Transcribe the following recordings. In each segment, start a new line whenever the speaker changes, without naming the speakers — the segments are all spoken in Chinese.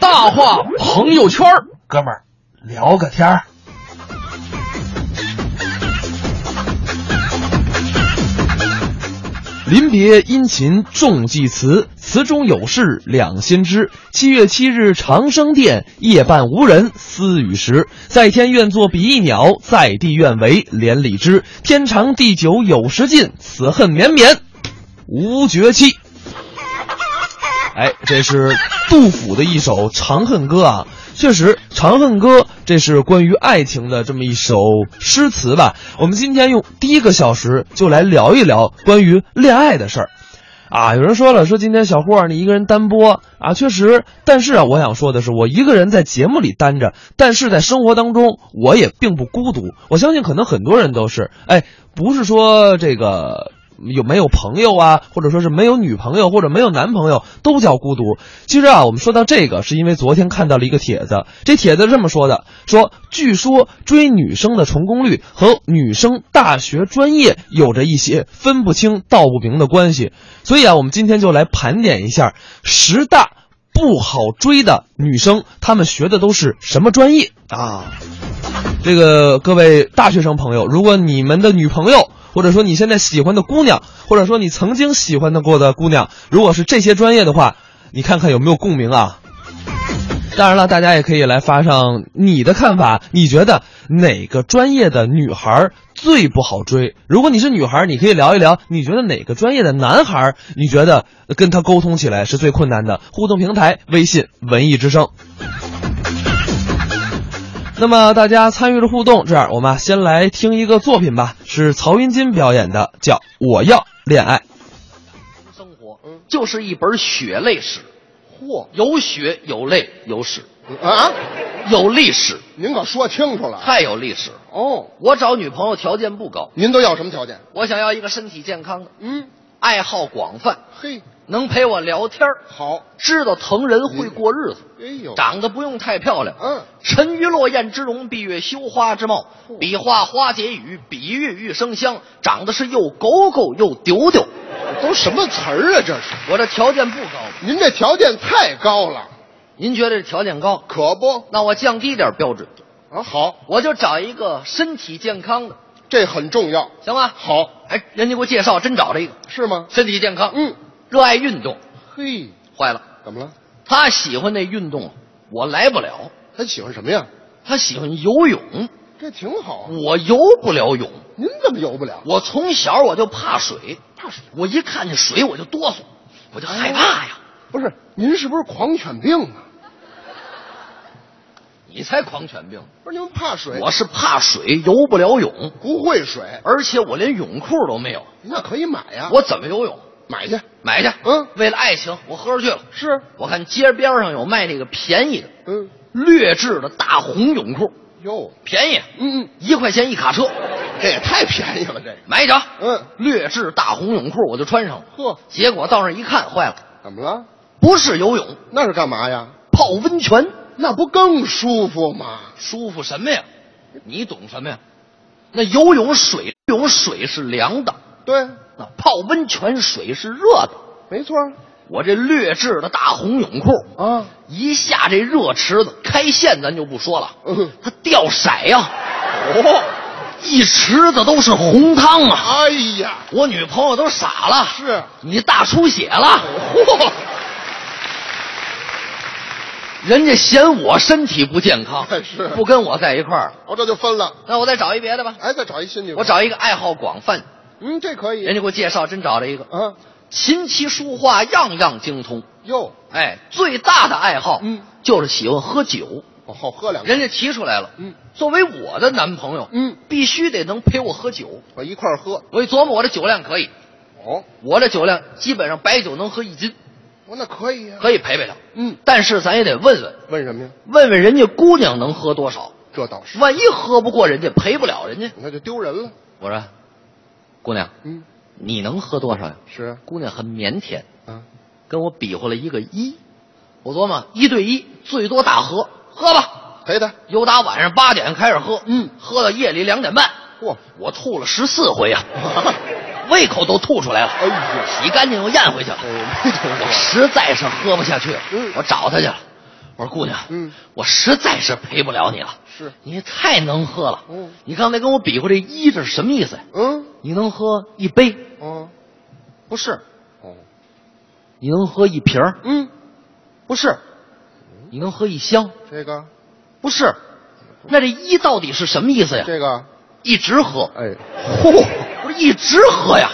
大话朋友圈儿
哥们儿聊个天儿。
临别殷勤重寄词，词中有事两心知。七月七日长生殿，夜半无人私语时。在天愿作比翼鸟，在地愿为连理枝。天长地久有时尽，此恨绵绵无绝期。哎，这是杜甫的一首《长恨歌》啊。确实，《长恨歌》这是关于爱情的这么一首诗词吧。我们今天用第一个小时就来聊一聊关于恋爱的事儿。啊，有人说了，说今天小霍儿你一个人单播啊，确实。但是啊，我想说的是，我一个人在节目里单着，但是在生活当中我也并不孤独。我相信可能很多人都是，哎，不是说这个有没有朋友啊，或者说是没有女朋友或者没有男朋友都叫孤独。其实啊，我们说到这个，是因为昨天看到了一个帖子，这帖子是这么说的：说据说追女生的成功率和女生大学专业有着一些分不清道不明的关系。所以啊，我们今天就来盘点一下十大不好追的女生，她们学的都是什么专业啊？这个各位大学生朋友，如果你们的女朋友，或者说你现在喜欢的姑娘，或者说你曾经喜欢的过的姑娘，如果是这些专业的话，你看看有没有共鸣啊？当然了，大家也可以来发上你的看法，你觉得哪个专业的女孩儿最不好追？如果你是女孩儿，你可以聊一聊，你觉得哪个专业的男孩儿，你觉得跟他沟通起来是最困难的？互动平台微信文艺之声。那么大家参与着互动，这样我们啊先来听一个作品吧，是曹云金表演的，叫《我要恋爱》。
生活，
嗯
就是一本血泪史。嚯，有血有泪有史，
啊，
有历史，
您可说清楚了。
太有历史。
哦，
我找女朋友条件不高，
您都要什么条件？
我想要一个身体健康的，
嗯，
爱好广泛，
嘿，
能陪我聊天儿
好。
知道疼人会过日子，
哎呦，
长得不用太漂亮。
嗯，哦
沉鱼落雁之容，闭月羞花之貌，比画花解语，比喻玉生香，长得是又狗狗又丢丢。
都什么词儿啊？这是，
我这条件不高，
您这条件太高了，
您觉得这条件高？
可不
那我降低点标准，
啊？好，
我就找一个身体健康的，
这很重要。
行吗？
好，
哎，人家给我介绍，真找了一个
是吗？
身体健康，
嗯，
热爱运动。
嘿，
坏了，
怎么了？
他喜欢那运动，我来不了。
他喜欢什么呀？
他喜欢游泳，
这挺好。啊
我游不了泳。
您怎么游不了？
我从小我就怕水，
怕水
我一看见水我就哆嗦，我就害怕呀。
不是，您是不是狂犬病啊？
你才狂犬病，
不是，您怕水？
我是怕水，游不了泳，
不会水，
而且我连泳裤都没有，
那可以买呀。
我怎么游泳？
啊买去。
买去，
嗯
为了爱情，我喝着去了。
是，
我看街边上有卖那个便宜的
嗯，
劣质的大红泳裤，
哟，
便宜，
嗯嗯，
一块钱一卡车，
这也太便宜了，这个。
买一条。
嗯，
劣质大红泳裤我就穿上了。
呵，
结果到那儿一看，坏了，
怎么了？
不是游泳，
那是干嘛呀？
泡温泉，
那不更舒服吗？
舒服什么呀？你懂什么呀？那游泳水，游泳水是凉的，
对，
那泡温泉水是热的。
没错
我这劣质的大红泳裤，
啊。
一下这热池子开线，咱就不说了，
嗯
它掉色呀、哦，一池子都是红汤啊！
哎呀，
我女朋友都傻了，
是哦
你大出血了，哦嚯、人家嫌我身体不健康，
是
不跟我在一块儿，
我这就分了。
那我再找一别的吧。
哎，再找一新女朋友。
我，找哎一个爱好广泛，
嗯，这可以。
人家给我介绍，真找了一个，
啊，
琴棋书画样样精通。
哟，
哎，最大的爱好，
嗯，
就是喜欢喝酒。
我好喝两杯。
人家提出来了，
嗯，
作为我的男朋友，
嗯，
必须得能陪我喝酒。
我一块儿喝。
我一琢磨，我这酒量可以，
哦，
我这酒量基本上白酒能喝一斤，
我那可以呀。
可以陪陪他。
嗯，
但是咱也得问问，
问什么呀？
问问人家姑娘能喝多少，
这倒是，
万一喝不过人家，陪不了人家。
那就丢人了。
我说，姑娘，
嗯，
你能喝多少呀？
是
姑娘很腼腆，
啊，
跟我比划了一个一。我琢磨，一对一最多大喝，喝吧。
陪他。
由打晚上八点开始喝，
嗯
喝到夜里两点半。
嚯，
我吐了十四 回呀、啊胃口都吐出来了。
哎呀
洗干净又咽回去了。
哎呦没听说
我实在是喝不下去了，
嗯
我找他去了。我说姑娘，
嗯，
我实在是陪不了你了，
是，
你也太能喝了。
嗯
你刚才跟我比划这一是什么意思呀？
嗯，
你能喝一杯？
哦，
不是。
哦，
你能喝一瓶儿？
嗯，
不是。你能喝一箱？
这个，
不是。那这一到底是什么意哎思呀？
这个，
一直喝。
哎，
嚯，不是一直喝呀？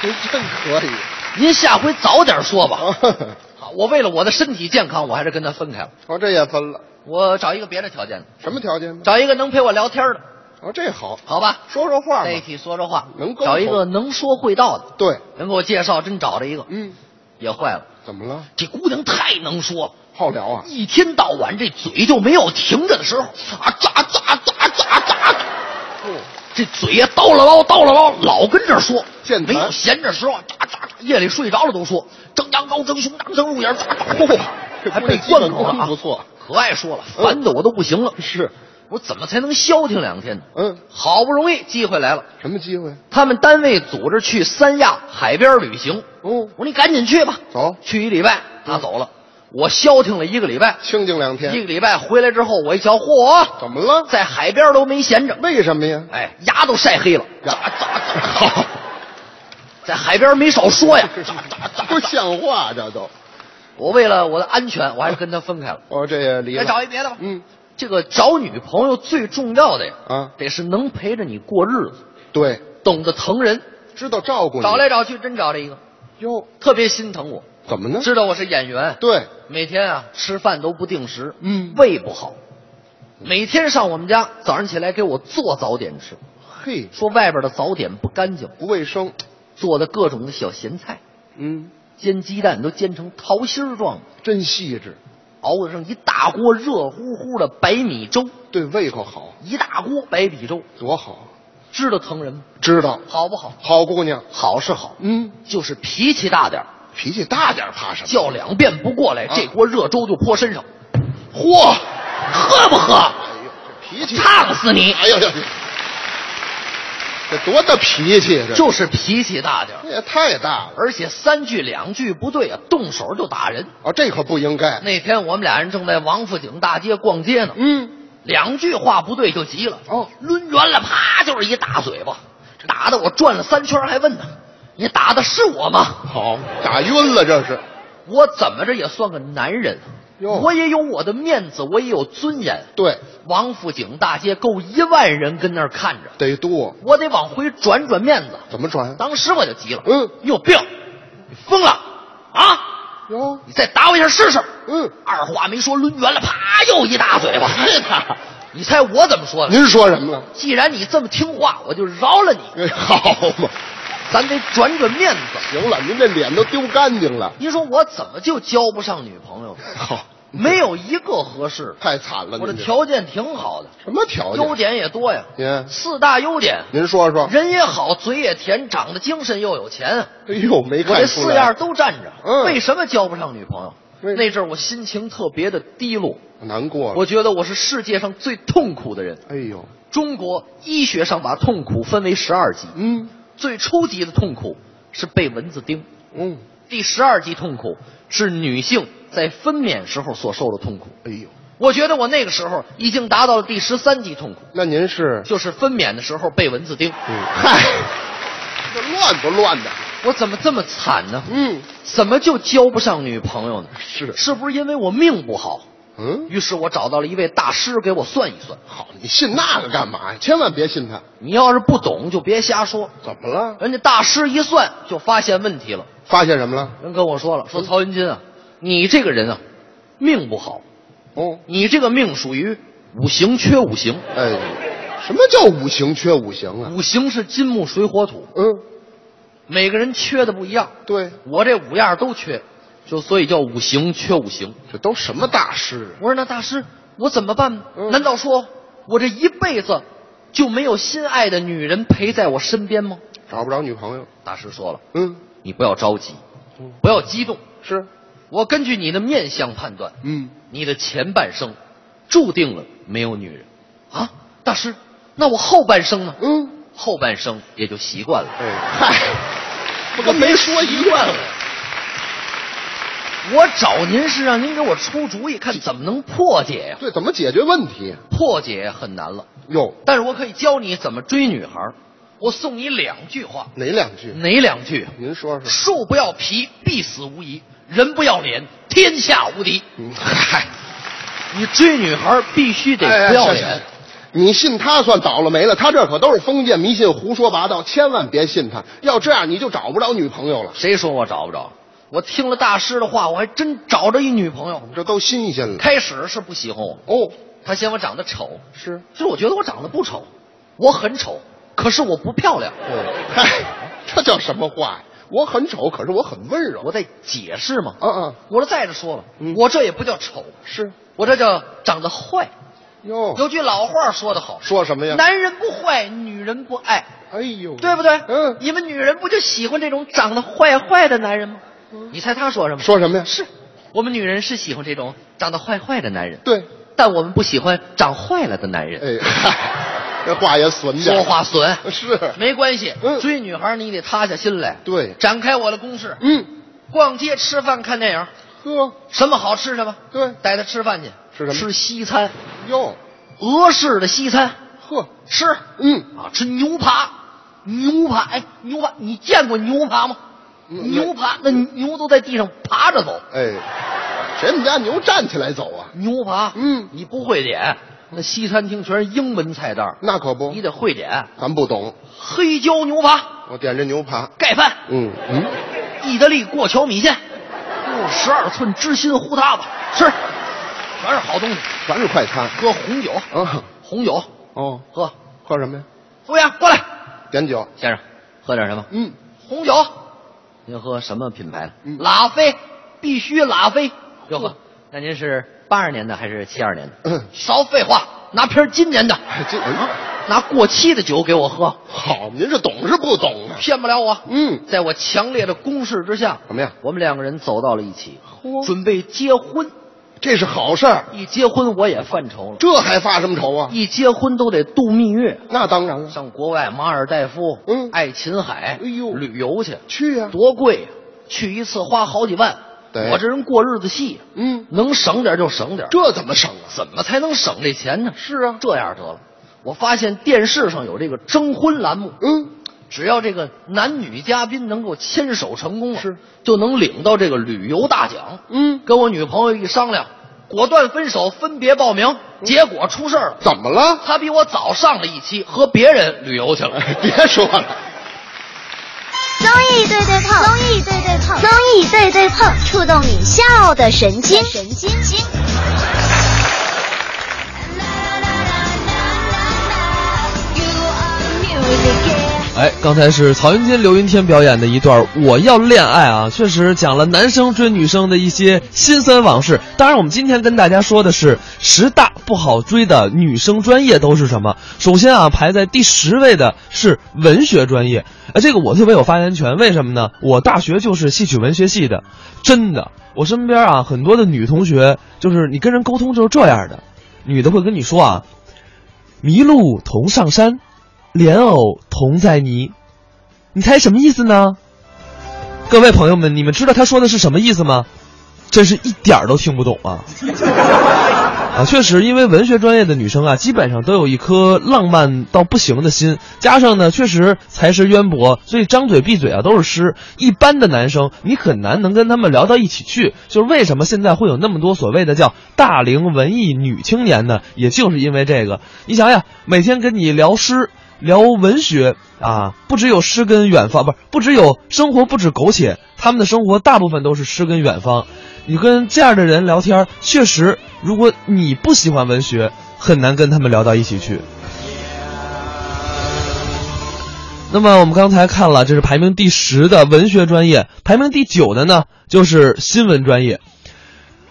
这真可以
您下回早点说吧。
啊！
好我为了我的身体健康，我还是跟他分开了。
哦，这也分了，
我找一个别的条件的，
什么条件呢？
找一个能陪我聊天的，
哦，这好，
好吧？
说说话嘛
在一。起说说话，
能沟通
找一个能说会道的。
对，
人给我介绍，真找着一个，
嗯，
也坏了。
怎么了？
这姑娘太能说了，
好聊啊？
一天到晚这嘴就没有停着的时候，啊咋咋咋咋咋，
哦，
这嘴呀叨了唠叨了唠，老跟这儿说，
健谈
没有闲着时候，咋咋咋，夜里睡着了都说，蒸羊羔、蒸熊掌、蒸鹿眼，咋咋，嚯，还背贯口了啊，
不错，嗯
可爱说了，烦的我都不行了。
是，
我怎么才能消停两天呢？
嗯，
好不容易机会来了，
什么机会？
他们单位组织去三亚海边旅行。
哦，
我说你赶紧去吧，
走
去一礼拜，他走了，我消停了一个礼拜，
清静两
一
天，
个礼拜回来之后，我一瞧，嚯，
怎么了？
在海边都没闲着，
为什么呀？
哎，牙都晒黑了，
呀
咋咋咋， 在海边没少说 呀，咋咋咋。
不像话，这都。
我为了我的安全，我还是跟他分开了，
哦，这也离
再
了。
找一别的吧。
嗯，
这个找女朋友最重要的呀，
啊
得是能陪着你过日子，
对，
懂得疼人。
知道照顾你。
找来找去，真找了一个，
哟，
特别心疼我，
怎么呢？
知道我是演员，
嗯对，
每天啊吃饭都不定时，
嗯
胃不好，每天上我们家，早上起来给我做早点吃，
嘿，
说外边的早点不干净，
不卫生。
做的各种的小咸菜，
嗯，
煎鸡蛋都煎成桃心儿状的，
真细致，
熬得上一大锅热乎乎的白米粥，
对胃口好，
一大锅白米粥，
多好。
知道疼人吗？
知道，
好不好？
好姑娘。
好是好，
嗯，
就是脾气大点儿，
脾气大点儿怕什么？
叫两遍不过来，
啊
这锅热粥就泼身上。嚯，喝不喝？
哎呦，这脾气。
烫死你！
哎呦呦，呦这多大脾气啊？这
就是脾气大点儿，
这也太大了。
而且三句两句不对啊，动手就打人。
哦，这可不应该。
那天我们俩人正在王府井大街逛街呢，
嗯，
两句话不对就急了，
哦，
抡圆了，啪就是一大嘴巴，打的我转了三圈，还问他：“你打的是我吗
好，打晕了这是。？”
我怎么着也算个男人，
哟
我也有我的面子，我也有尊严。
对，
王府井大街够一万人跟那儿看着，
得剁。
我得往回转转面子。
怎么转？
当时我就急了，
嗯
你有病，你疯了啊！
哟，
你再打我一下试试。
嗯，
二话没说，抡圆了，啪，又一大 嘴巴。哎你猜我怎么说的？
您说什么了？
既然你这么听话，我就饶了你。
哎，好嘛，
咱得转转面子。
行了，您这脸都丢干净了。
您说我怎么就交不上女朋友呢？
好，
没有一个合适的。
太惨了。
我的
您这
条件挺好的，
什么条件？
优点也多呀。
您
四大优点，
您说说。
人也好，嘴也甜，长得精神又有钱。啊
哎呦，没
我这
看出来。
四样都占着，
嗯
为什么交不上女朋友？
为
那阵儿我心情特别的低落，
难过了。
我觉得我是世界上最痛苦的人。
哎呦，
中国医学上把痛苦分为十二级，
嗯
最初级的痛苦是被蚊子叮，
嗯，
第十二级痛苦是女性在分娩时候所受的痛苦。
哎呦，
我觉得我那个时候已经达到了第十三级痛苦，
那您是？
就是分娩的时候被蚊子叮。
嗯，嗨，这乱不乱的？
我怎么这么惨呢？
嗯，
怎么就交不上女朋友呢？
是
是不是因为我命不好？
嗯，
于是我找到了一位大师给我算一算。
好，你信那个干嘛呀？千万别信他。
你要是不懂就别瞎说，
怎么了？
人家大师一算就发现问题了。
发现什么了？
人跟我说了，说曹云金啊，你这个人啊，命不好，
哦，
你这个命属于五行缺五行，
哎，什么叫五行缺五行啊？
五行是金木水火土，
嗯，
每个人缺的不一样。
对，
我这五样都缺，就所以叫五行缺五行。
这都什么大师啊？
我说那大师，我怎么办呢？
嗯
难道说我这一辈子就没有心爱的女人陪在我身边吗？
找不着女朋友？
大师说了，
嗯，
你不要着急
嗯，
不要激动，
是，
我根据你的面相判断，
嗯，
你的前半生注定了没有女人啊，大师，那我后半生呢？
嗯，
后半生也就习惯了。
哎，
嗨，
不跟没说一样
惯了。我找您是让您给我出主意，看怎么能破解呀、
对，怎么解决问题？啊
破解很难了，
哟，
但是我可以教你怎么追女孩儿。我送你两句话，
哪两句？
哪两句？啊
您说说。
树不要皮，必死无疑；人不要脸，天下无敌。
嗯嗨，
你追女孩儿必须得
哎
不要。脸。
哎是是你信他算倒了霉了，他这可都是封建迷信、胡说八道，千万别信他。要这样，你就找不着女朋友了。
谁说我找不着？我听了大师的话，我还真找着一女朋友。
这都新鲜了。
开始是不喜欢我，
哦，
她嫌我长得丑，
是，
其实我觉得我长得不丑，我很丑，可是我不漂亮。
哦，嗨，这叫什么话呀？我很丑，可是我很温柔。
我在解释嘛。
嗯嗯，
我说再者说了，
嗯
我这也不叫丑，
是。
我这叫长得坏。
哟，
有句老话说得好，
说什么呀？
男人不坏，女人不爱，
哎呦，
对不对？
嗯，
你们女人不就喜欢这种长得坏坏的男人吗？你猜他说什么？
嗯 说什么呀？
是我们女人是喜欢这种长得坏坏的男人，
对，
但我们不喜欢长坏了的男人。
哎， 嗨，这话也损点
说
儿。
话损，
是，
没关系，
嗯
追女孩你得塌下心来。
对
展开我的攻势，
嗯，
逛街、吃饭、看电影，
呵，
什么好吃什么，
对，
带她吃饭去，
吃什么
吃西餐，
哟，
俄式的西餐，
呵，
吃
嗯，
啊，吃牛扒，牛扒，哎，牛扒，你见过牛扒吗？
嗯
牛扒，那牛都在地上爬着走，
哎，谁们家牛站起来走啊？
牛扒，
嗯
你不会点，那西餐厅全是英文菜单，
那可不
你，得会点
咱不懂，
黑椒牛扒、
我点这牛扒。
盖饭、
嗯嗯，
意大利过桥米线，
哦
十二寸芝心糊塌吧，吃，全是好东西。
全是快餐。
喝红酒，
啊，
红酒
哦，
喝。
喝什么呀？
服务员过来，
点酒。
先生，喝点什么？
嗯，
红酒。您喝什么品牌的？
嗯
拉菲，必须拉菲。嗯要喝。那您是八二年的还是七二年的？
嗯
少废话，拿瓶今年的，
哎这嗯
拿过期的酒给我喝，
好，您是懂是不懂啊？
骗不了我。
嗯，
在我强烈的攻势之下，
怎么样？
我们两个人走到了一起，准备结婚。
这是好事儿，
一结婚我也犯愁了，
这还发什么愁啊？
一结婚都得度蜜月，
那当然了，
上国外马尔代夫、
嗯
爱琴海，
哎呦
旅游去，
去呀。
多贵呀、去一次花好几万。
对
我这人过日子细，啊
嗯，
能省点就省点。
这怎么省啊？
怎么才能省这钱呢？
是啊
这样得了，我发现电视上有这个征婚栏目，
嗯，
只要这个男女嘉宾能够牵手成功了，
是
就能领到这个旅游大奖。
嗯
跟我女朋友一商量，果断分手，分别报名。结果出事儿了，
嗯怎么了？
她比我早上了一期，和别人旅游去了。
别说了，
综艺对对碰，综艺对对碰，综艺对对碰，触动你笑的神经，神经经。
哎，刚才是曹云金、刘云天表演的一段《我要恋爱》啊，确实讲了男生追女生的一些辛酸往事。当然，我们今天跟大家说的是十大不好追的女生专业都是什么。首先啊，排在第十位的是文学专业，哎，这个我特别有发言权，为什么呢？我大学就是戏曲文学系的，真的，我身边啊很多的女同学，就是你跟人沟通就是这样的，女的会跟你说啊，麋鹿同上山，莲藕同在泥。你猜什么意思呢？各位朋友们，你们知道他说的是什么意思吗？真是一点儿都听不懂啊！啊，确实，因为文学专业的女生啊，基本上都有一颗浪漫到不行的心，加上呢，确实才识渊博，所以张嘴闭嘴啊都是诗。一般的男生，你很难能跟他们聊到一起去。就是为什么现在会有那么多所谓的叫大龄文艺女青年呢？也就是因为这个。你想想，每天跟你聊诗。聊文学啊，不只有诗跟远方，不是不只有生活，不止苟且，他们的生活大部分都是诗跟远方。你跟这样的人聊天，确实，如果你不喜欢文学，很难跟他们聊到一起去。那么我们刚才看了，这是排名第十的文学专业，排名第九的呢就是新闻专业。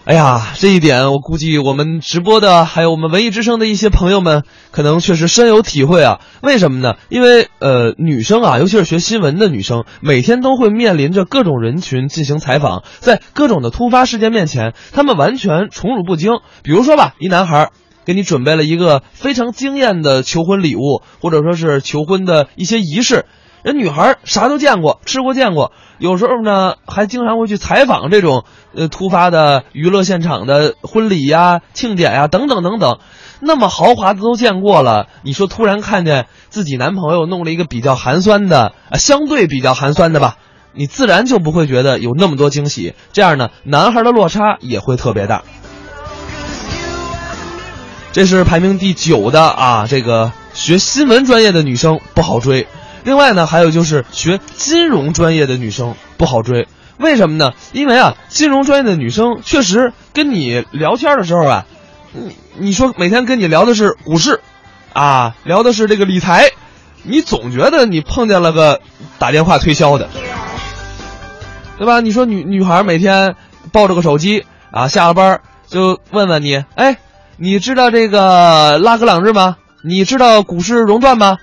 哎呀，这一点我估计我们直播的，还有我们文艺之声的一些朋友们，可能确实深有体会啊。为什么呢？因为呃，女生啊，尤其是学新闻的女生，每天都会面临着各种人群进行采访，在各种的突发事件面前，她们完全宠辱不惊。比如说吧，一男孩儿给你准备了一个非常惊艳的求婚礼物，或者说是求婚的一些仪式，人女孩啥都见过，吃过见过，有时候呢还经常会去采访这种呃突发的娱乐现场的婚礼呀、庆典呀等等等等。那么豪华的都见过了，你说突然看见自己男朋友弄了一个比较寒酸的，啊，相对比较寒酸的吧，你自然就不会觉得有那么多惊喜。这样呢，男孩的落差也会特别大。这是排名第九的啊，这个学新闻专业的女生不好追。另外呢，还有就是学金融专业的女生不好追，为什么呢？因为啊，金融专业的女生确实跟你聊天的时候啊，你你说每天跟你聊的是股市，啊，聊的是这个理财，你总觉得你碰见了个打电话推销的。对吧？你说女女孩每天抱着个手机啊，下了班儿就问问你，哎，你知道这个拉格朗日吗？你知道股市熔断吗？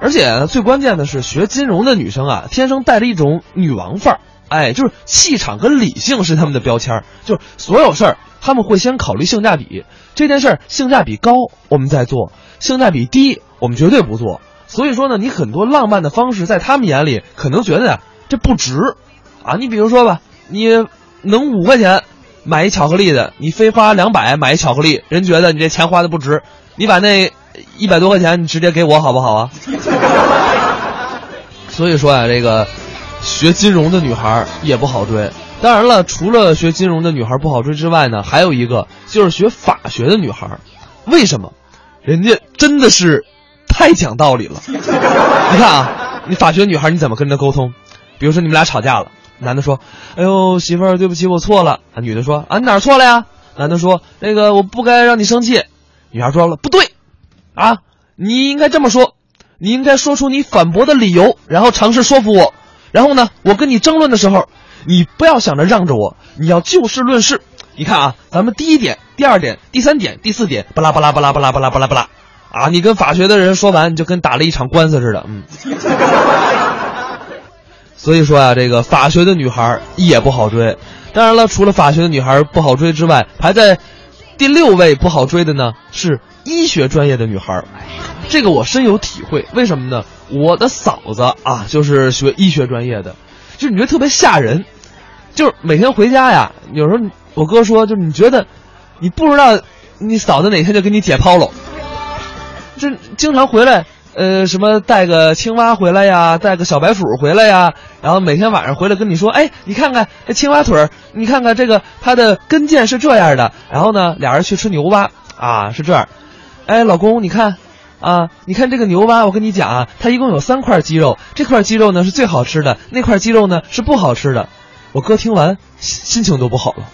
而且最关键的是，学金融的女生啊，天生带着一种女王范儿，哎，就是气场跟理性是她们的标签儿，就是所有事儿他们会先考虑性价比，这件事儿性价比高我们再做，性价比低我们绝对不做。所以说呢，你很多浪漫的方式，在他们眼里可能觉得呀、这不值，啊，你比如说吧，你能五块钱买一巧克力的，你非花两百买一巧克力，人觉得你这钱花的不值，你把那一百多块钱你直接给我好不好啊？所以说啊，这个学金融的女孩儿也不好追。当然了，除了学金融的女孩儿不好追之外呢，还有一个就是学法学的女孩儿，为什么？人家真的是太讲道理了。 你看啊，你法学女孩你怎么跟她沟通？比如说你们俩吵架了，男的说：“哎呦，媳妇儿，对不起，我错了。”啊，女的说：“啊，你哪儿错了呀？”男的说：“那个我不该让你生气。”女孩说了：“不对，啊，你应该这么说，你应该说出你反驳的理由，然后尝试说服我。然后呢，我跟你争论的时候，你不要想着让着我，你要就事论事。你看啊，咱们第一点、第二点、第三点、第四点，巴拉巴拉巴拉巴拉巴拉巴拉巴拉，啊，你跟法学的人说完，你就跟打了一场官司似的，嗯。”所以说啊，这个法学的女孩儿也不好追。当然了，除了法学的女孩儿不好追之外，排在第六位不好追的呢是医学专业的女孩儿。这个我深有体会，为什么呢？我的嫂子啊，就是学医学专业的，就是你觉得特别吓人，就是每天回家呀，有时候你我哥说，就是你觉得你不知道你嫂子哪天就给你解剖了。这经常回来，呃，什么带个青蛙回来呀，带个小白鼠回来呀，然后每天晚上回来跟你说，哎，你看看这青蛙腿儿，你看看这个它的跟腱是这样的，然后呢，俩人去吃牛蛙啊，是这样，哎，老公，你看。啊，你看这个牛蛙，我跟你讲啊，它一共有三块肌肉，这块肌肉呢是最好吃的，那块肌肉呢是不好吃的。我哥听完 心心情都不好了。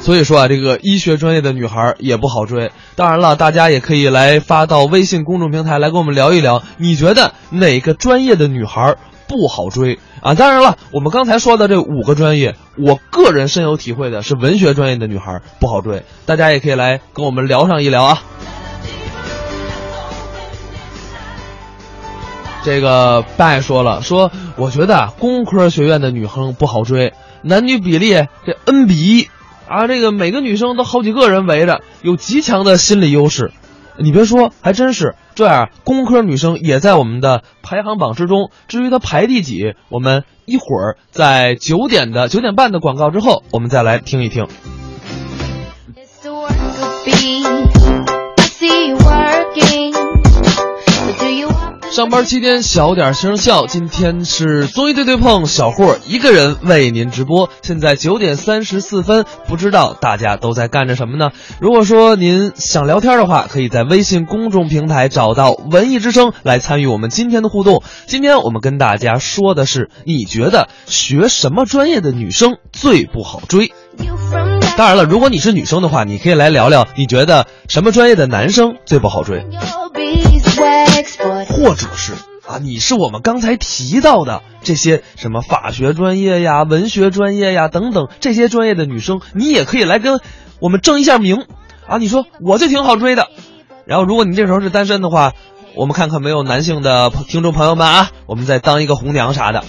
所以说啊，这个医学专业的女孩儿也不好追。当然了，大家也可以来发到微信公众平台来跟我们聊一聊，你觉得哪个专业的女孩儿不好追啊？当然了，我们刚才说的这五个专业，我个人深有体会的是文学专业的女孩儿不好追。大家也可以来跟我们聊上一聊啊。这个拜说了，说我觉得啊，工科学院的女生不好追，男女比例这 N 比一啊，这个每个女生都好几个人围着，有极强的心理优势。你别说，还真是这样。工科女生也在我们的排行榜之中。至于她排第几，我们一会儿在九点的九点半的广告之后，我们再来听一听。
It's the work of bees. I see you working. But do you want the
上班期间小点声笑，今天是综艺对对碰，小霍一个人为您直播。现在九点三十四分，不知道大家都在干着什么呢？如果说您想聊天的话，可以在微信公众平台找到“文艺之声”来参与我们今天的互动。今天我们跟大家说的是，你觉得学什么专业的女生最不好追？
you from that
当然了，如果你是女生的话，你可以来聊聊，你觉得什么专业的男生最不好追？
your beeswax, boy?
或者是啊，你是我们刚才提到的这些什么法学专业呀、文学专业呀等等这些专业的女生，你也可以来跟我们争一下名啊。你说我就挺好追的，然后如果你这时候是单身的话，我们看看没有男性的朋听众朋友们啊，我们再当一个红娘啥的。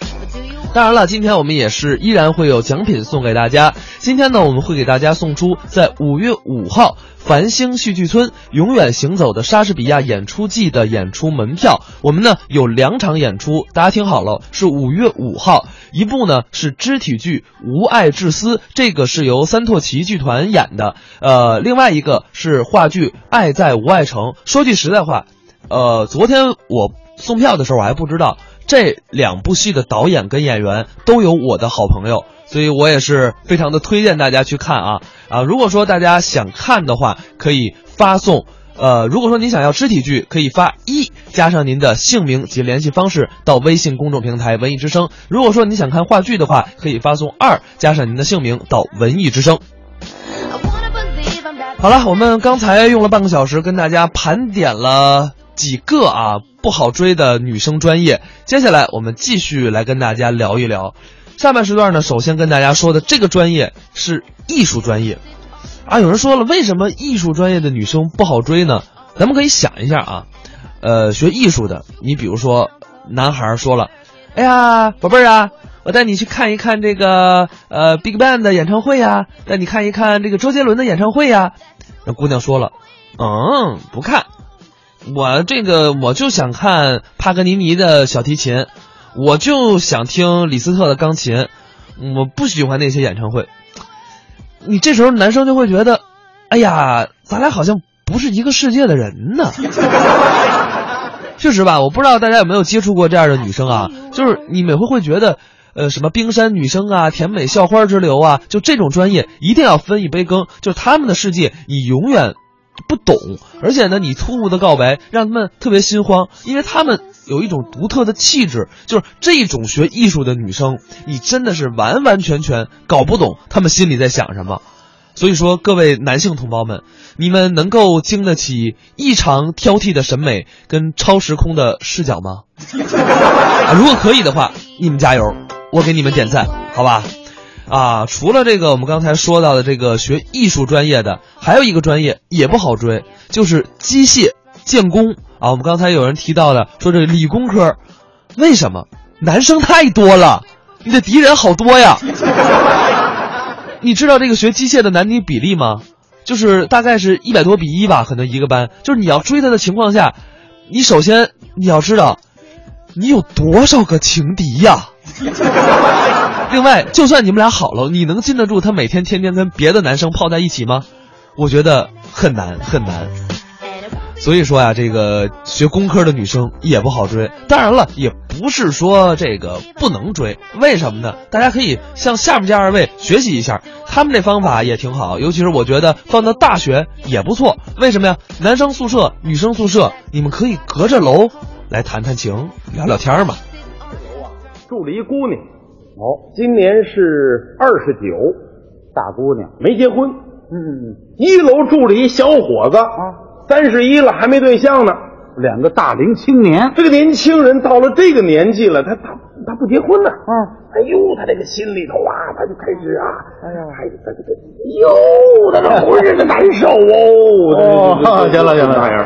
But do you
当然了，今天我们也是依然会有奖品送给大家。今天呢，我们会给大家送出在五月五号繁星戏剧村《永远行走的莎士比亚演出季》的演出门票。我们呢有两场演出，大家听好了，是五月五号，一部呢是肢体剧《无爱至私》，这个是由三拓奇剧团演的，呃，另外一个是话剧《爱在无爱城》。说句实在话，呃，昨天我送票的时候我还不知道这两部戏的导演跟演员都有我的好朋友，所以我也是非常的推荐大家去看啊啊！如果说大家想看的话，可以发送。呃，如果说您想要肢体剧，可以发一加上您的姓名及联系方式到微信公众平台“文艺之声”。如果说您想看话剧的话，可以发送二加上您的姓名到“文艺之声”。
I wanna believe I'm that
好了，我们刚才用了半个小时跟大家盘点了几个啊不好追的女生专业，接下来我们继续来跟大家聊一聊。下半时段呢，首先跟大家说的这个专业是艺术专业，啊，有人说了，为什么艺术专业的女生不好追呢？咱们可以想一下啊，呃，学艺术的，你比如说男孩说了，哎呀，宝贝儿啊，我带你去看一看这个呃 BigBang 的演唱会呀、带你看一看这个周杰伦的演唱会啊呀、那姑娘说了，嗯，不看，我这个我就想看帕格尼尼的小提琴，我就想听李斯特的钢琴，我不喜欢那些演唱会。你这时候男生就会觉得，哎呀，咱俩好像不是一个世界的人呢。确实吧，我不知道大家有没有接触过这样的女生啊，就是你每回会觉得，呃，什么冰山女生啊、甜美校花之流啊，就这种专业一定要分一杯羹，就是他们的世界你永远不懂，而且呢，你突兀的告白让他们特别心慌，因为他们有一种独特的气质，就是这种学艺术的女生，你真的是完完全全搞不懂她们心里在想什么。所以说，各位男性同胞们，你们能够经得起异常挑剔的审美跟超时空的视角吗？啊，如果可以的话，你们加油，我给你们点赞，好吧？啊，除了这个我们刚才说到的这个学艺术专业的，还有一个专业也不好追，就是机械建工啊。我们刚才有人提到的，说这理工科，为什么男生太多了？你的敌人好多呀。 你知道这个学机械的男女比例吗？就是大概是一百多比一吧，可能一个班。就是你要追他的情况下，你首先你要知道，你有多少个情敌呀、另外，就算你们俩好了，你能禁得住他每天天天跟别的男生泡在一起吗？我觉得很难很难。所以说呀、这个学工科的女生也不好追。当然了，也不是说这个不能追，为什么呢？大家可以向下面这二位学习一下，他们这方法也挺好，尤其是我觉得放到大学也不错。为什么呀？男生宿舍、女生宿舍，你们可以隔着楼来谈谈情、聊聊天儿嘛。
住了一姑娘，哦，今年是二十九，大姑娘没结婚。嗯，一楼住了一小伙子啊，三十一了还没对象呢。两个大龄青年，这个年轻人到了这个年纪了，他他他不结婚呢。啊，哎呦，他这个心里头啊，他就开始啊，哎呀，哎他这个，哟，他这浑身的难受哦。
哦行了行了
那样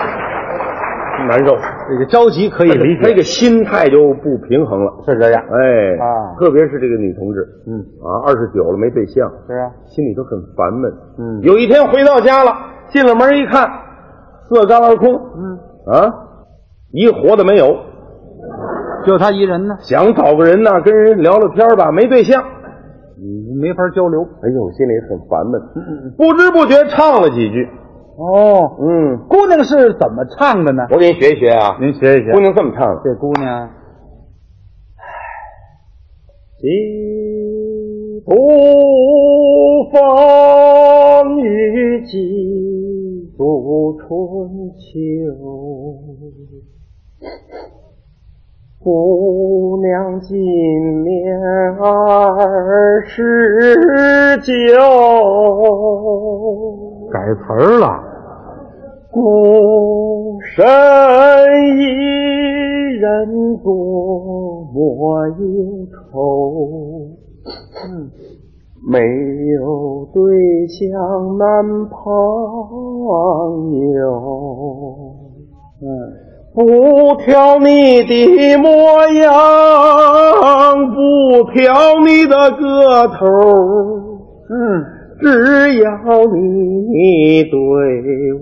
难受。
这个着急可以理
他这
解，
个心态就不平衡了，
是这样。
哎
啊
特别是这个女同志，
嗯
啊，二十九了没对象，
是啊，
心里头很烦闷。
嗯
有一天回到家了，进了门一看，色干而空。嗯啊，一个活的没有，
就他一人呢，
想找个人呢、跟人聊聊天吧，没对象。
你没法交流。嗯
哎呦，心里很烦闷，不知不觉唱了几句。
哦，
嗯，
姑娘是怎么唱的呢？
我给你学一学啊，
您学一学
姑娘这么唱的。
这姑娘，
西不风雨几度春秋，姑娘今年二十九，
改词儿了。
孤身一人多么忧愁。嗯没有对象难朋友，嗯，不挑你的模样，不挑你的个头，嗯，只要你对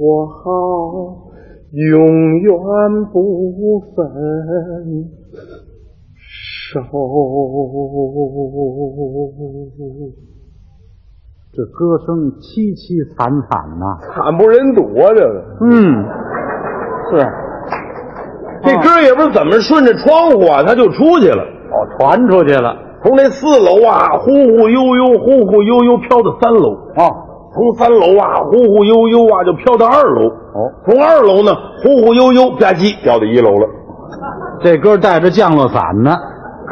我好，永远不分手。
这歌声凄凄惨惨呐、
惨不忍睹啊！这个，
嗯，是
这歌也不知怎么顺着窗户啊，他就出去了。
啊哦，传出去了
从这四楼啊，忽忽悠悠，忽忽悠悠飘到三楼，
哦
从三楼啊，忽忽悠悠啊，就飘到二楼。
哦，
从二楼呢，忽忽悠悠吧唧掉到一楼了。
这歌带着降落伞呢。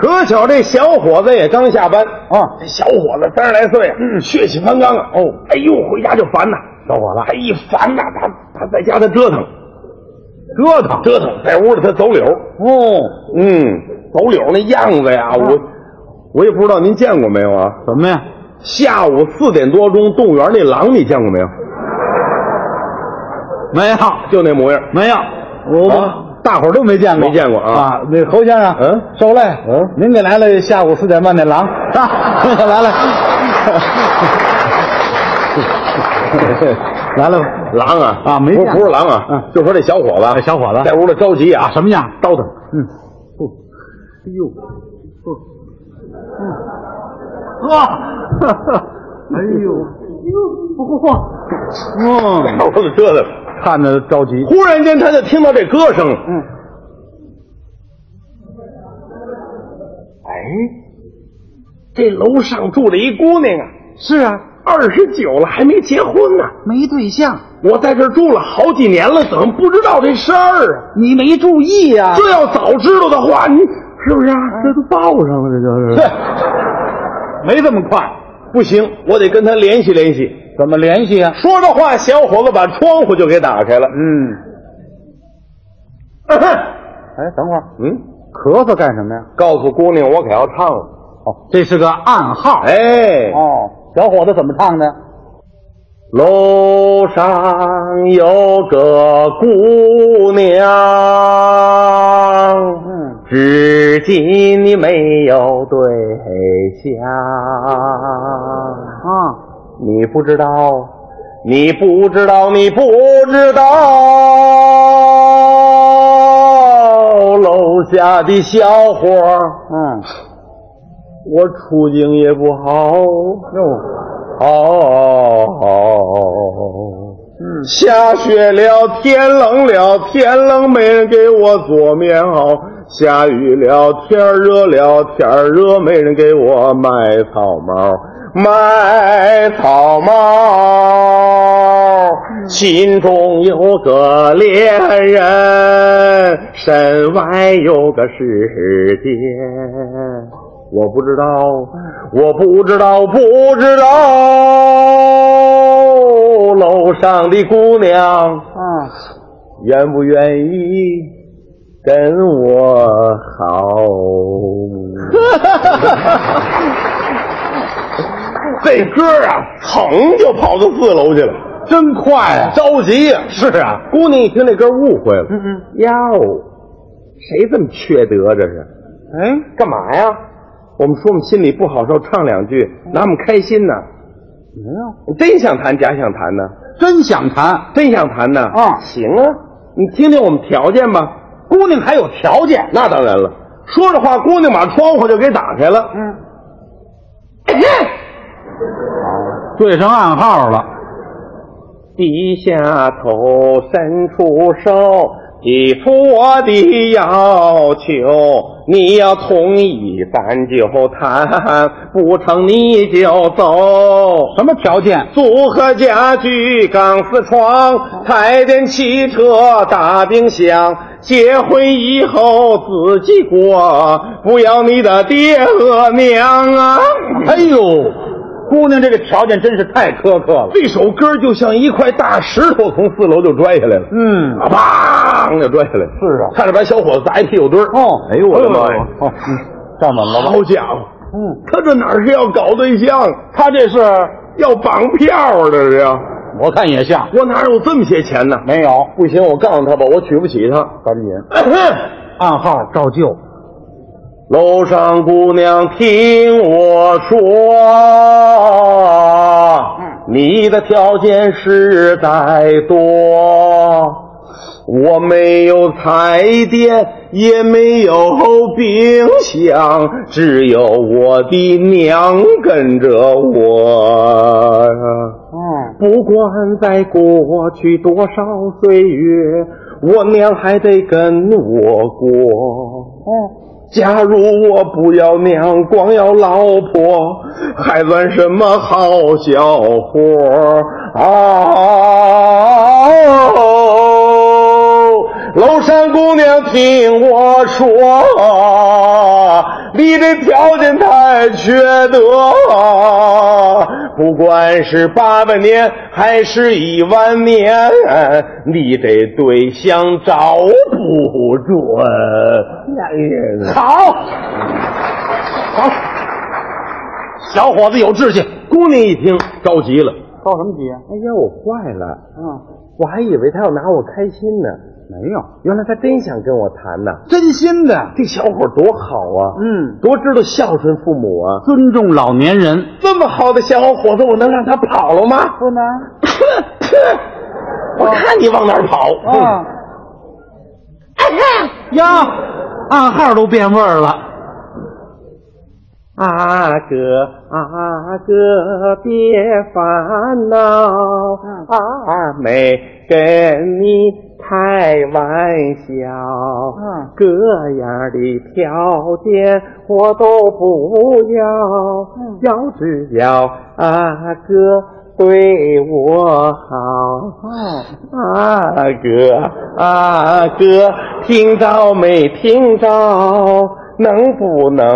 可巧这小伙子也刚下班，
哦嗯
这，小伙子三十来岁啊，血气方刚啊。哦，哎呦，回家就烦呐，小伙子，他一烦呐，他他在家他折腾，折腾折腾，在屋里他走柳。
哦，
嗯，走柳那样子呀，我我也不知道您见过没有啊？
怎么呀？
下午四点多钟，动物园那狼你见过没有？
没有，
就那模样。
没有，我、
啊
大伙儿都没见过，
没见过啊
那侯先生，
嗯，
受累，嗯，您给来了下午四点半那狼， 啊，来了， 来了吧，
狼啊
啊没
不
见
不
过
是狼啊，
嗯
就说这小伙子，
哎小伙子
在屋里着急啊，
什么样？
倒腾，
嗯，不，哎呦，不，嗯， 呵，哎呦，嚯嚯，嗯，
在屋里折腾。
看着着急，
哦忽然间，他就听到这歌声，
嗯，
哎，这楼上住着一姑娘啊，
是啊，
二十九了还没结婚呢，
没对象，
我在这儿住了好几年了，怎么不知道这事儿啊？
你没注意呀、
这要早知道的话，你是啊不是啊？
这都报上了，这就是
对，
没这么快，
不行，我得跟他联系联系。
怎么联系啊？
说着话，小伙子把窗户就给打开了。
嗯，哎，等会儿
嗯，
咳嗽干什么呀？
告诉姑娘，我可要唱了。
哦，这是个暗号。，
哎，
哦，小伙子怎么唱的？
楼上有个姑娘，
嗯，
至今你没有对象。
啊，
你不知道，你不知道，你不知道，楼下的小伙儿，
嗯，
我处境也不好，哦
哟，
好，
嗯，
下雪了，天冷了，天冷没人给我做棉袄；下雨了，天儿热了，天儿热没人给我买草帽，买草帽。心中有个恋人，身外有个世界。我不知道，我不知道，不知道，楼上的姑娘
啊，
愿不愿意跟我好？ 这歌啊，噌就跑到四楼去了，
真快啊！
着急呀、是啊，姑娘一听这歌误会了，
嗯嗯，
哟，谁这么缺德？这是。
哎，
干嘛呀？我们说我们心里不好受，唱两句，拿我们开心呢。
没有，
你真想谈，假想谈呢？
真想谈。
真想谈呢？
啊
行啊，你听听我们条件吧。
姑娘还有条件，
那当然了，说着话，姑娘把窗户就给打开了。哎
嗯，对上暗号了。
低下头，伸出手，提出我的要求。你要同意，咱就谈；不成，你就走。
什么条件？
组合家具、钢丝床、彩电、汽车、大冰箱。结婚以后自己过，不要你的爹和娘啊！
哎呦，姑娘这个条件真是太苛刻了。
这首歌就像一块大石头从四楼就拽下来了，
嗯，
啊，砰就拽下来了。
是啊
差点把小伙子砸一屁股墩儿。
哦，
哎呦我的妈呀！
哦，嗯，站稳了吧？
好家伙，
嗯，
他这哪是要搞对象，他这是要绑票啊，这是要。
我看也像。
我哪有这么些钱呢？
没有，
不行，我告诉他吧，我娶不起她。
赶 紧，暗号照旧。
楼上姑娘，听我说，你的条件实在多，我没有彩电，也没有冰箱，只有我的娘跟着我。
嗯，
不管再过去多少岁月，我娘还得跟我过。假如我不要娘，光要老婆，还算什么好小伙儿啊？楼上姑娘，听我说，你这条件太缺德，不管是八百年还是一万年，你这对象找不准。好，好，
小伙子有志气，
姑娘一听着急了，
着什么急啊？
哎呀，我坏了，
嗯，
我还以为他要拿我开心呢，
没有，
原来他真想跟我谈呢。
真心的，
这小伙多好啊，
嗯，
多知道孝顺父母啊！
尊重老年人。
这么好的小伙子，我能让他跑了吗？
不能
我看你往哪儿跑！
啊。呀，暗号都变味儿了。
阿哥，阿哥，别烦恼，阿妹跟你开玩笑，
嗯
各样的条件我都不要，要只要阿哥对我好。阿哥，阿哥，听到没听到？能不能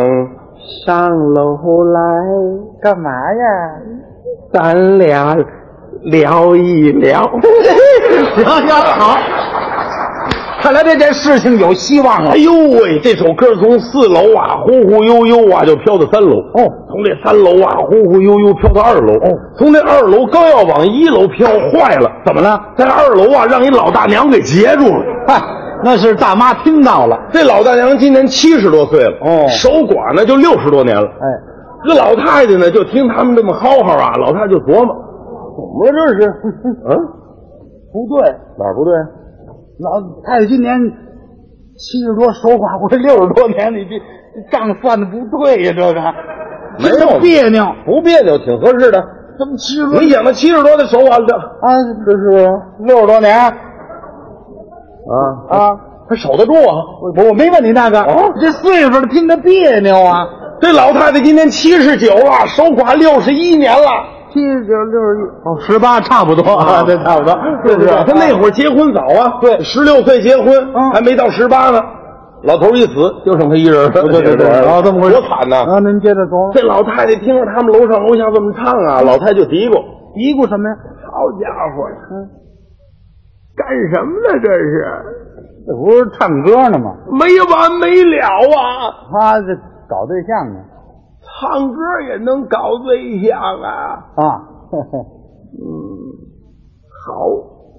上楼来？
干嘛呀？
咱俩聊一聊。
行行 好，看来这件事情有希望啊了
哎。呦喂，这首歌从四楼啊忽忽悠悠啊就飘到三楼，哦，从这三楼啊忽忽悠悠飘到二楼，哦，从这二楼刚要往一楼飘，坏了，
怎么了？
在二楼啊让一老大娘给截住了。
嗨，那是大妈听到了。
这老大娘今年七十多岁了，
哦
守寡呢就六十多年了。
哎，
这老太太呢，就听他们这么嚎嚎啊，老太太就琢磨，
怎么了这是？
嗯，
不对，
哪儿不对？
老太太今年七十多，守寡我这六十多年，你这这账算的不对呀、这个
没有
真别扭。
不别扭，挺合适的。
怎么七十多
你想吧，七十多的手腕的
啊？这是六十多年
啊，
啊？
他守得住啊。
我我没问你那个，
哦
这岁数听着别扭啊。
这老太太今年七十九了，守寡六十一年了
七十九六十一哦，十八差不多啊，这差不多，
是
是
不
不
是
是？？
他那会儿结婚早啊，对，十六岁结婚，
嗯
还没到十八呢。老头一死，就剩他一人了。
对对对，
然
哦，
后
这么回事，
多惨呐！
啊！您接着说，
这老太太听着他们楼上楼下这么唱啊，老太太就嘀咕
嘀咕什么呀？：“
好家伙，干什么呢？这是
这不是唱歌呢吗？
没完没了啊！
他这搞对象呢
唱歌也能搞对象啊！
啊， 呵呵
好，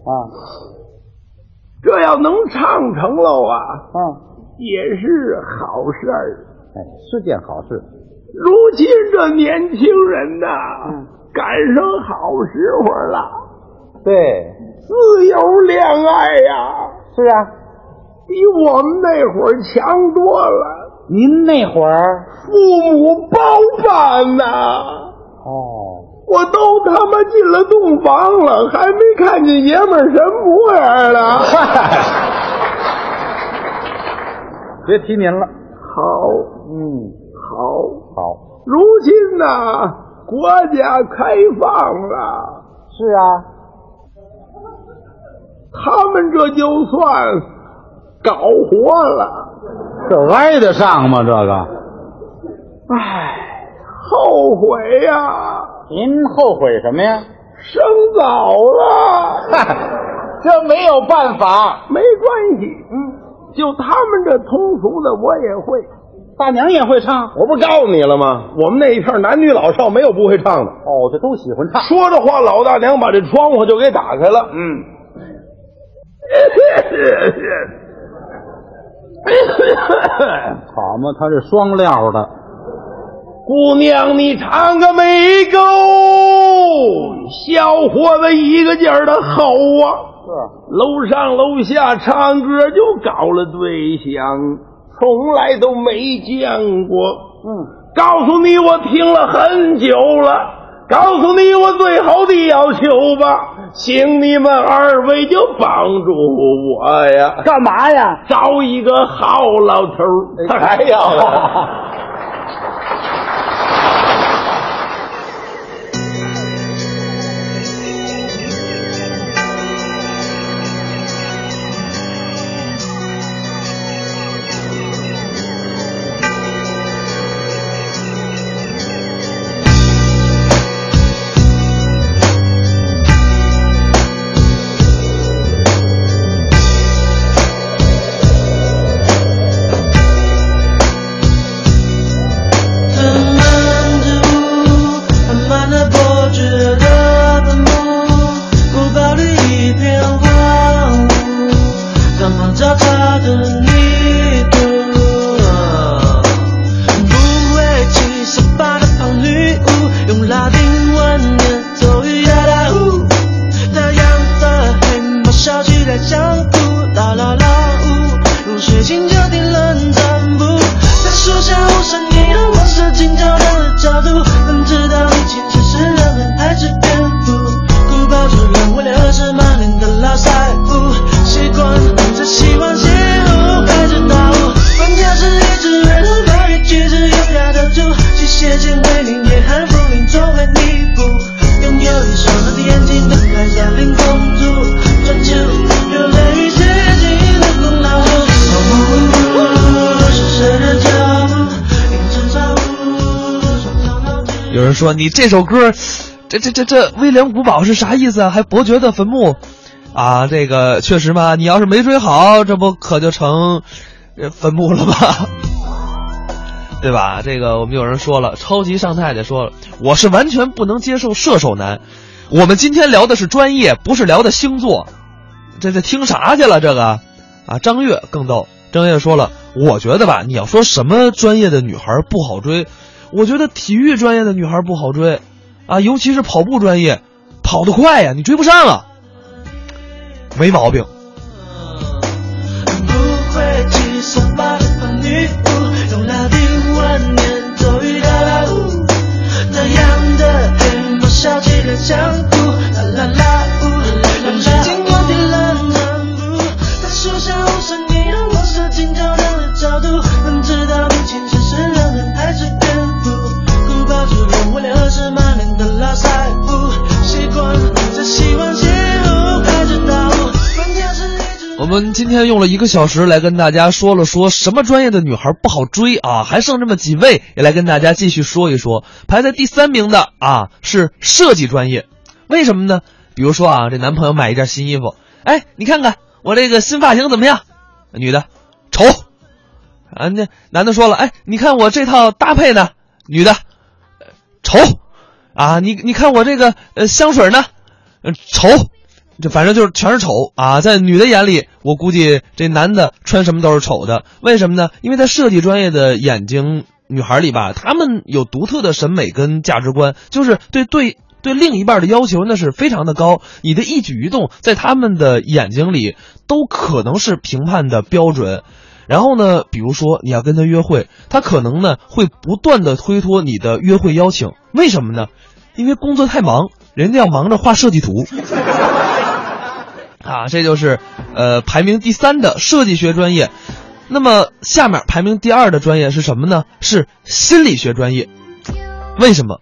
啊
这要能唱成了啊，
啊，
也是好事儿。
哎，是件好事。
如今这年轻人呐、赶上好时候了，
对，
自由恋爱呀、
是啊，
比我们那会儿强多了。
您那会儿
父母包办呐、
哦，
我都他妈进了洞房了，还没看见爷们儿什么模样呢。
别提您了。
好，
嗯，
好，
好，
如今呢、国家开放了，
是啊，
他们这就算搞活了，
这挨得上吗？这个？
后悔呀、
您后悔什么呀？
生早了，
这没有办法。
没关系，嗯，就他们这通俗的我也会，
大娘也会唱。
我不告诉你了吗？我们那一片男女老少没有不会唱的。
哦，这都喜欢唱。
说着话，老大娘把这窗户就给打开了。 嗯。
好嘛，他这双料的，
姑娘，你唱个没够，小伙子一个劲儿的吼啊！
是
楼上楼下唱歌就搞了对象，从来都没见过。
嗯，
告诉你，我听了很久了。告诉你，我最后的要求吧，请你们二位就帮助我呀，
干嘛呀？哎
找一个好老头儿。还要 了。
有人说你这首歌，这这这这威廉古堡是啥意思啊？还伯爵的坟墓，啊，这个确实嘛，你要是没追好，这不可就成呃坟墓了吧？ 对吧？这个我们有人说了，超级上太太说了，我是完全不能接受射手男。我们今天聊的是专业，不是聊的星座。这这听啥去了？这个啊，张悦更逗。张悦说了，我觉得吧，你要说什么专业的女孩不好追，我觉得体育专业的女孩不好追，啊，尤其是跑步专业，跑得快呀，你追不上啊。没毛病。我们今天用了一个小时来跟大家说了说什么专业的女孩不好追啊，还剩这么几位，也来跟大家继续说一说。排在第三名的啊是设计专业，为什么呢？比如说啊，这男朋友买一件新衣服，哎，你看看我这个新发型怎么样？女的，丑。啊，那男的说了，哎，你看我这套搭配呢？女的，呃丑。啊，你你看我这个呃香水呢？呃丑。这反正就是全是丑啊！在女的眼里，我估计这男的穿什么都是丑的。为什么呢？因为在设计专业的眼睛女孩里吧，她们有独特的审美跟价值观，就是对对对另一半的要求那是非常的高。你的一举一动，在她们的眼睛里都可能是评判的标准。然后呢，比如说你要跟她约会，她可能呢会不断的推脱你的约会邀请。为什么呢？因为工作太忙，人家要忙着画设计图。啊，这就是，呃，排名第三的设计学专业。那么下面排名第二的专业是什么呢？是心理学专业。为什么？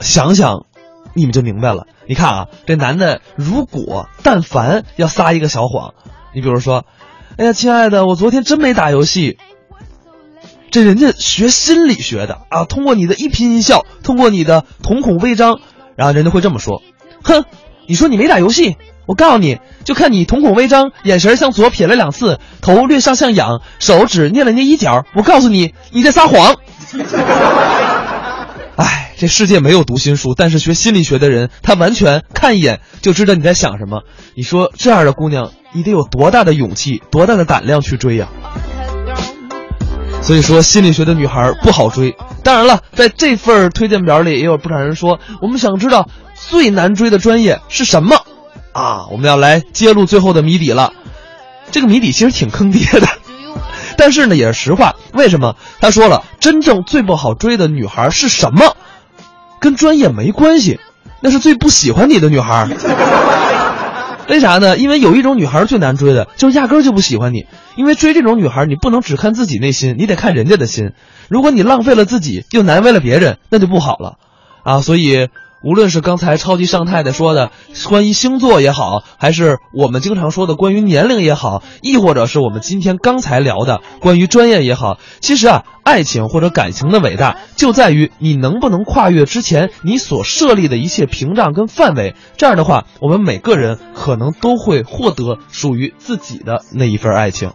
想想，你们就明白了。你看啊，这男的如果但凡要撒一个小谎，你比如说，哎呀，亲爱的，我昨天真没打游戏。这人家学心理学的啊，通过你的一颦一笑，通过你的瞳孔微张，然后人家会这么说：“哼，你说你没打游戏，我告诉你，就看你瞳孔微张，眼神向左瞥了两次，头略向上仰，手指捏了捏衣角。我告诉你，你在撒谎。 哎，这世界没有读心术，但是学心理学的人，他完全看一眼就知道你在想什么。你说这样的姑娘，你得有多大的勇气，多大的胆量去追呀、所以说，心理学的女孩不好追。当然了，在这份推荐表里，也有不少人说，我们想知道最难追的专业是什么啊？我们要来揭露最后的谜底了。这个谜底其实挺坑爹的，但是呢，也是实话。为什么？他说了，真正最不好追的女孩是什么？跟专业没关系，那是最不喜欢你的女孩。为啥呢？因为有一种女孩最难追的，就是压根儿就不喜欢你。因为追这种女孩，你不能只看自己内心，你得看人家的心。如果你浪费了自己，又难为了别人，那就不好了，啊！所以，无论是刚才超级上太太说的关于星座也好，还是我们经常说的关于年龄也好，亦或者是我们今天刚才聊的关于专业也好，其实啊，爱情或者感情的伟大就在于你能不能跨越之前你所设立的一切屏障跟范围。这样的话，我们每个人可能都会获得属于自己的那一份爱情。